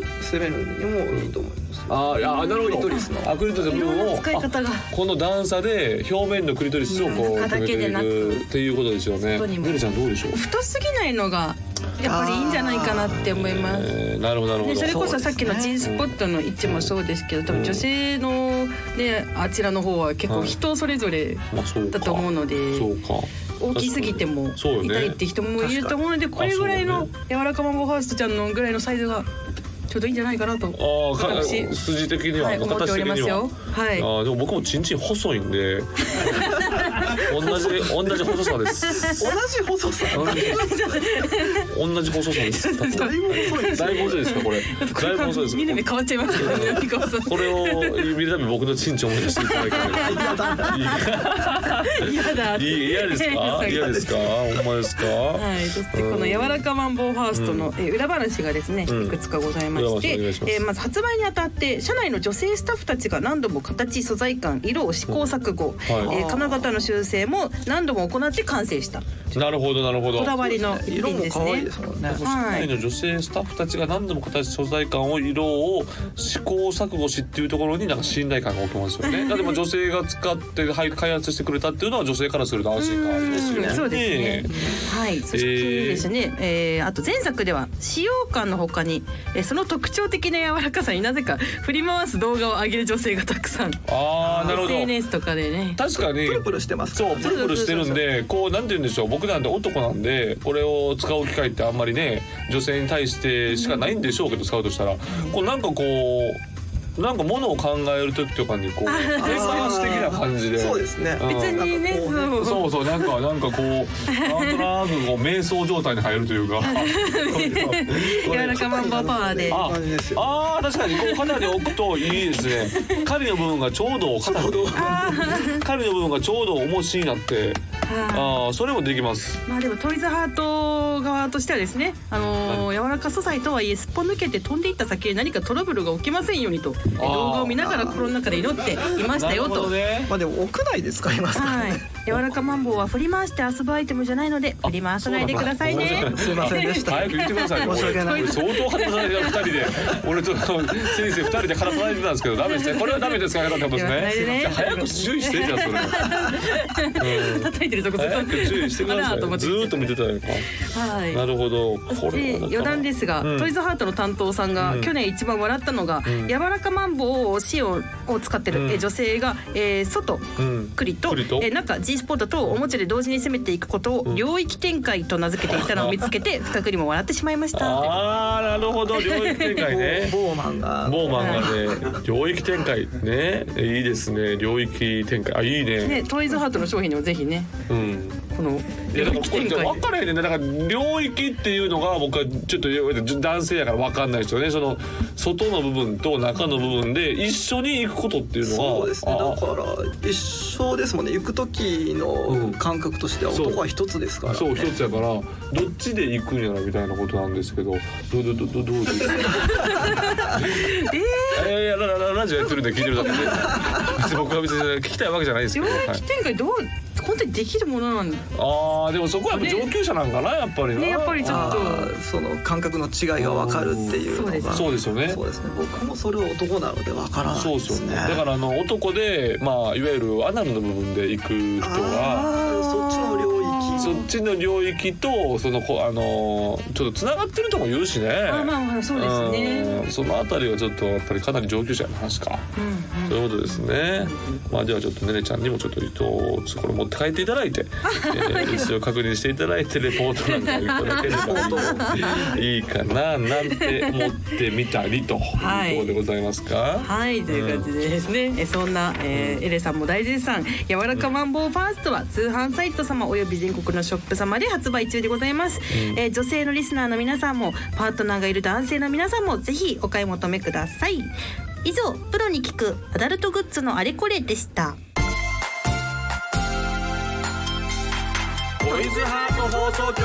[SPEAKER 4] う攻めるにもいいと思います、
[SPEAKER 2] あーいやーなるほど
[SPEAKER 4] クリトリスの
[SPEAKER 2] あクリトリス
[SPEAKER 1] い
[SPEAKER 2] の
[SPEAKER 1] ろ
[SPEAKER 2] 部
[SPEAKER 1] ん
[SPEAKER 2] 分
[SPEAKER 1] な
[SPEAKER 2] を
[SPEAKER 1] 使い方が
[SPEAKER 2] あこの段差で表面のクリトリスをこう
[SPEAKER 1] 中だけでなく
[SPEAKER 2] 埋めていくっていうことですよね
[SPEAKER 1] 外にも
[SPEAKER 2] ねるちゃんどうでしょう
[SPEAKER 5] 太すぎないのがやっぱりいいんじゃないかなって思います。
[SPEAKER 2] えーなるほどなるほ
[SPEAKER 5] ね、
[SPEAKER 2] ど
[SPEAKER 5] それこ
[SPEAKER 4] そ
[SPEAKER 5] そうさっきの
[SPEAKER 4] ですね
[SPEAKER 5] G スポットの位置もそうですけど多分女性のねあちらの方は結構
[SPEAKER 2] はい
[SPEAKER 5] 人それぞれ
[SPEAKER 2] まあそうか
[SPEAKER 5] だと思うので
[SPEAKER 2] そうか
[SPEAKER 5] 大きすぎても
[SPEAKER 2] そうよね
[SPEAKER 5] 痛いって人もいると思うのでこれぐらいの
[SPEAKER 2] 確
[SPEAKER 5] 柔らかマンボウハーストちゃんのぐらいのサイズがちょうどいいんじゃないかなと
[SPEAKER 2] ああか
[SPEAKER 5] 私
[SPEAKER 2] 筋的には、
[SPEAKER 5] はい思っておりますよ。は
[SPEAKER 2] あ
[SPEAKER 5] い。
[SPEAKER 2] ーでも僕もチンチン細いんで同じ同じ細さです
[SPEAKER 4] 同じ細さ
[SPEAKER 2] 同じ細さですだ
[SPEAKER 4] だいぶ細いです
[SPEAKER 2] いぶ細いですかこれだいぶ細 いです
[SPEAKER 5] 見る目変わっちゃいますからね。南川さん
[SPEAKER 2] これを見るたび僕のチンチン思い出していただ きたい
[SPEAKER 5] 嫌 だ。
[SPEAKER 2] いい嫌ですか嫌ですかほんまですか
[SPEAKER 5] はい、そしてこの柔らかマンボウファーストの、えー裏話がですね、
[SPEAKER 2] うん
[SPEAKER 5] いくつかございまして、
[SPEAKER 2] 裏話お願いします
[SPEAKER 1] えーまず発売にあたって社内の女性スタッフたちが何度も形素材感色を試行錯誤、
[SPEAKER 2] うんはい
[SPEAKER 1] えー金型の修正も何度も行って完成した
[SPEAKER 2] なるほどなるほど
[SPEAKER 1] こだわりの一
[SPEAKER 4] 色
[SPEAKER 1] 品
[SPEAKER 4] も
[SPEAKER 1] です
[SPEAKER 4] 可愛い
[SPEAKER 1] ね
[SPEAKER 4] で。すもんね
[SPEAKER 2] 社内の女性スタッフたちが何度も形素材感を色を試行錯誤しっていうところになんか信頼感が起きますよね。だってまあ女性が使ってはい開発してくれたっていうのは女性からすると安心感ありますよね。
[SPEAKER 1] そうですね。はい、そしてですね、えーあと前作では使用感のほかに、えーその特徴的な柔らかさになぜか振り回す動画を上げる女性がたくさん、
[SPEAKER 2] ああなるほど。
[SPEAKER 5] SNS とかでね、
[SPEAKER 2] 確かに
[SPEAKER 4] プルプルしてます
[SPEAKER 2] そうプルプルしてるんでこうなんて言うんでしょう僕なんて男なんでこれを使う機会ってあんまりね女性に対してしかないんでしょうけど使うとしたらこうなんかこうなんかものを考える時とかにこうエ
[SPEAKER 4] あ
[SPEAKER 2] ッセンス的な感じで。
[SPEAKER 4] そうですね
[SPEAKER 2] うん
[SPEAKER 5] 別にね、
[SPEAKER 4] う
[SPEAKER 5] そ
[SPEAKER 4] ん
[SPEAKER 5] う
[SPEAKER 2] そうそうなんかなんかこうなんとなくこう瞑想状態に入るというか
[SPEAKER 5] 柔らかマンボウパワーで。
[SPEAKER 2] あ
[SPEAKER 4] 感じですよ
[SPEAKER 2] あー確かにこう肩に置くといいですね狩りの部分がちょうど肩に狩りの部分がちょうど重しになって
[SPEAKER 5] は
[SPEAKER 2] ああそれもできます
[SPEAKER 5] いまあでもトイズハート側としてはですね、あのー柔らか素材とはいえすっぽ抜けて飛んでいった先に何かトラブルが起きませんようにとえー動画を見ながら心の中で祈っていましたよ
[SPEAKER 2] なるほ
[SPEAKER 5] と。
[SPEAKER 2] どね
[SPEAKER 4] まあでも屋内で使いますから
[SPEAKER 5] はい
[SPEAKER 4] ね。
[SPEAKER 1] 柔らかマンボウは振り回して遊ぶアイテムじゃないので振り回さないでくださいね
[SPEAKER 4] すいませんでした
[SPEAKER 2] 早く言ってください
[SPEAKER 4] 申し訳ない
[SPEAKER 2] 俺相当話されてた二人で俺と先生二人で話されてたんですけどダメですねこれはダメですからねです
[SPEAKER 1] 言わないでね
[SPEAKER 2] ね早く注意してじゃんそれうん
[SPEAKER 1] 叩いてるとこずっと
[SPEAKER 2] 早く注意してくださ
[SPEAKER 1] あらと思
[SPEAKER 2] い
[SPEAKER 1] って
[SPEAKER 2] ずーっと見てたよ
[SPEAKER 1] はい
[SPEAKER 2] なるほどこれ
[SPEAKER 1] で
[SPEAKER 2] はなかなか
[SPEAKER 1] 余談ですが、
[SPEAKER 2] うん
[SPEAKER 1] トイズハートの担当さんが、
[SPEAKER 2] うん
[SPEAKER 1] 去年一番笑ったのが、
[SPEAKER 2] うん
[SPEAKER 1] 柔らかマンボウを使用を使ってる、
[SPEAKER 2] うん
[SPEAKER 1] え女性が、えー外
[SPEAKER 2] うん
[SPEAKER 1] 栗と
[SPEAKER 2] 栗と
[SPEAKER 1] えー中 G スポットとおもちゃで同時に攻めていくことを
[SPEAKER 2] ん
[SPEAKER 1] 領域展開と名付けていたのを見つけ て二栗も笑ってしまいました
[SPEAKER 2] あーなるほど領域展開 ね
[SPEAKER 4] ボーマンが
[SPEAKER 2] 某漫画で領域展開ねいいですね領域展開あいいね
[SPEAKER 1] ねトイズハートの商品にもぜひね
[SPEAKER 2] うん
[SPEAKER 1] この
[SPEAKER 2] い
[SPEAKER 1] 領
[SPEAKER 2] やだから
[SPEAKER 1] 域
[SPEAKER 2] これ
[SPEAKER 1] 展
[SPEAKER 2] じゃ
[SPEAKER 1] 開
[SPEAKER 2] 分からへんねんなだから領域っていうのが僕はちょっと男性やから分かんないですよねその外の部分と中の部分で一緒に行くことっていうのは
[SPEAKER 4] そうですね
[SPEAKER 2] あ
[SPEAKER 4] だから一緒ですもんね行く時の感覚としては
[SPEAKER 2] そう
[SPEAKER 4] 男は一つですから、ね、
[SPEAKER 2] そう一つやからどっちで行くんやらみたいなことなんですけどどどどどどういう えー、いやいやラララジオやってるんで聞いてるだけで別に僕は別に聞きたいわけじゃないですけ
[SPEAKER 1] 領
[SPEAKER 2] ど、はい、
[SPEAKER 1] 域展開どう本当にできるものなんね
[SPEAKER 2] あーでもそこはやっぱ上級者なんかなやっぱりな、
[SPEAKER 1] やっぱりちょっと
[SPEAKER 4] あーその感覚の違いが分かるっていうの
[SPEAKER 1] そうです
[SPEAKER 4] が
[SPEAKER 1] ね
[SPEAKER 2] そうですよね
[SPEAKER 4] そうですね僕もそれは男なので分からない
[SPEAKER 2] そう
[SPEAKER 4] で
[SPEAKER 2] です
[SPEAKER 4] す
[SPEAKER 2] よ
[SPEAKER 4] ね
[SPEAKER 2] ね。だからあの男でまあいわゆるアナルの部分で行く人は。
[SPEAKER 4] あーそっちの領域
[SPEAKER 2] そっちの領域とそのこあのちょっとつながってるとも言うしね。
[SPEAKER 1] あまあまあそうですね
[SPEAKER 2] うんそのあたりはちょっとやっぱりかなり上級者の話か。
[SPEAKER 1] うん
[SPEAKER 2] そういうことですね。まあじゃあちょっとねねちゃんにもちょっと伊藤これ持って帰っていただ いて、えー、一応確認していただいてレポートなんかいただければいいいいかななんて思ってみたりというとこ
[SPEAKER 1] はい
[SPEAKER 2] ろでございますか。
[SPEAKER 1] はいという感じでですね、えそんな、えーエレさんも大絶賛柔らかマンボウファーストは通販サイト様および全国のショップ様で発売中でございます、えー女性のリスナーの皆さんもパートナーがいる男性の皆さんもぜひお買い求めください以上プロに聞くアダルトグッズのあれこれでした
[SPEAKER 2] トイズハート放送局。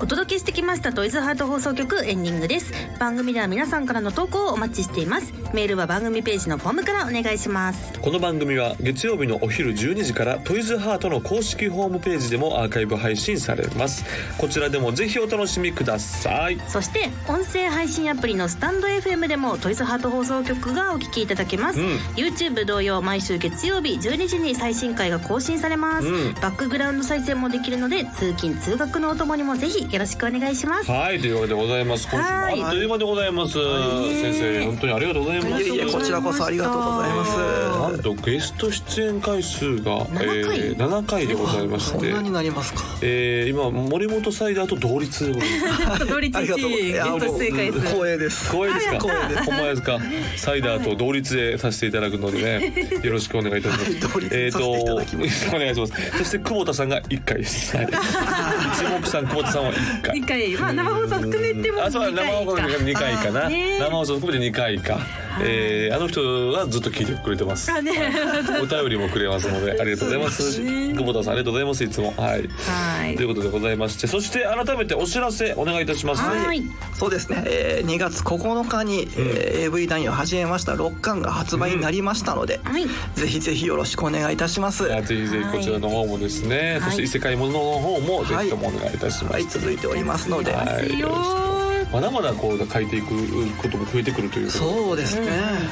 [SPEAKER 1] お届けしてきましたトイズハート放送局エンディングです番組では皆さんからの投稿をお待ちしていますメールは番組ページのフォームからお願いします
[SPEAKER 2] この番組は月曜日のお昼12時からトイズハートの公式ホームページでもアーカイブ配信されますこちらでもぜひお楽しみください
[SPEAKER 1] そして音声配信アプリのスタンド FM でもトイズハート放送局がお聞きいただけます、
[SPEAKER 2] うん
[SPEAKER 1] YouTube 同様毎週月曜日12時に最新回が更新されます、
[SPEAKER 2] うん
[SPEAKER 1] バックグラウンド再生もできるので通勤通学のお供にもぜひよろしくお願いします
[SPEAKER 2] はいというわけでございます今週
[SPEAKER 1] はい
[SPEAKER 2] もあっという間でございます先生本当にありがとうございま
[SPEAKER 4] いえいえこ
[SPEAKER 2] す
[SPEAKER 4] ちらこそありがとうございます
[SPEAKER 2] なんとゲスト出演回数が
[SPEAKER 1] 7回
[SPEAKER 2] えー7回でございまし
[SPEAKER 4] そん
[SPEAKER 2] て
[SPEAKER 4] なになりますか
[SPEAKER 2] えー今森本サイダーと同率でございます
[SPEAKER 1] 同率
[SPEAKER 4] ありがとうございます
[SPEAKER 1] ゲスト出演回数
[SPEAKER 4] いやもう光栄です
[SPEAKER 2] 光栄ですか
[SPEAKER 4] 光栄です
[SPEAKER 2] ほんまですかサイダーと同率でさせていただくのでねよろしくお願いいたします
[SPEAKER 4] 同率でさせていただきます
[SPEAKER 2] えーと お願いしますそして久保田さんが一回 です、はい、一目散久保田さんは一回
[SPEAKER 1] 2回まあ生放送含めても
[SPEAKER 2] あそう
[SPEAKER 1] 2
[SPEAKER 2] 生
[SPEAKER 1] 回
[SPEAKER 2] 放送
[SPEAKER 1] か
[SPEAKER 2] 2回かな、
[SPEAKER 1] あね
[SPEAKER 2] 生放送含めて2回か、えーあの人はずっと聞いてくれてます
[SPEAKER 1] あね
[SPEAKER 2] お便りもくれますのでありがとうございます久保田さんありがとうございますいつもはい
[SPEAKER 1] はい
[SPEAKER 2] ということでございましてそして改めてお知らせお願いいたします
[SPEAKER 1] はい
[SPEAKER 4] そうですね、えー2月9日に、えー AV 男優を始めました6巻が発売になりましたので、
[SPEAKER 1] はい
[SPEAKER 4] ぜひぜひよろしくお願いいたします。
[SPEAKER 2] いや
[SPEAKER 4] は
[SPEAKER 2] ぜひぜひこちらの方もですね、
[SPEAKER 1] はい
[SPEAKER 2] そして異世界ものの方もぜひともお願いいたします、
[SPEAKER 4] い、続いておりますので。
[SPEAKER 2] はい
[SPEAKER 1] よー
[SPEAKER 2] まだまだこう変えていくことも増えてくるというう、
[SPEAKER 4] そうですね。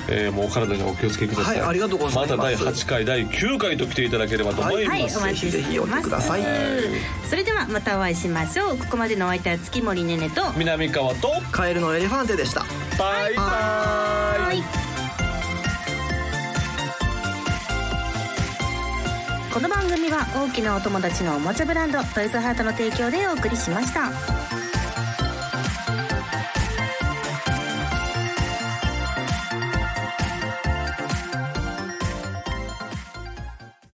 [SPEAKER 2] えーもうお体にはお気をつけください、
[SPEAKER 4] はいありがとうございます
[SPEAKER 2] また第8回第9回と来ていただければと思いま
[SPEAKER 1] はい、
[SPEAKER 2] す、
[SPEAKER 1] お待ちしております。
[SPEAKER 4] ぜひぜひ呼んでください
[SPEAKER 1] それではまたお会いしましょう。ここまでのお相手は月森ねねと。
[SPEAKER 2] 南川と
[SPEAKER 4] カエルのエレファンテでした。
[SPEAKER 2] バイバイ
[SPEAKER 1] この番組は大きなお友達のおもちゃブランドトイズハートの提供でお送りしました。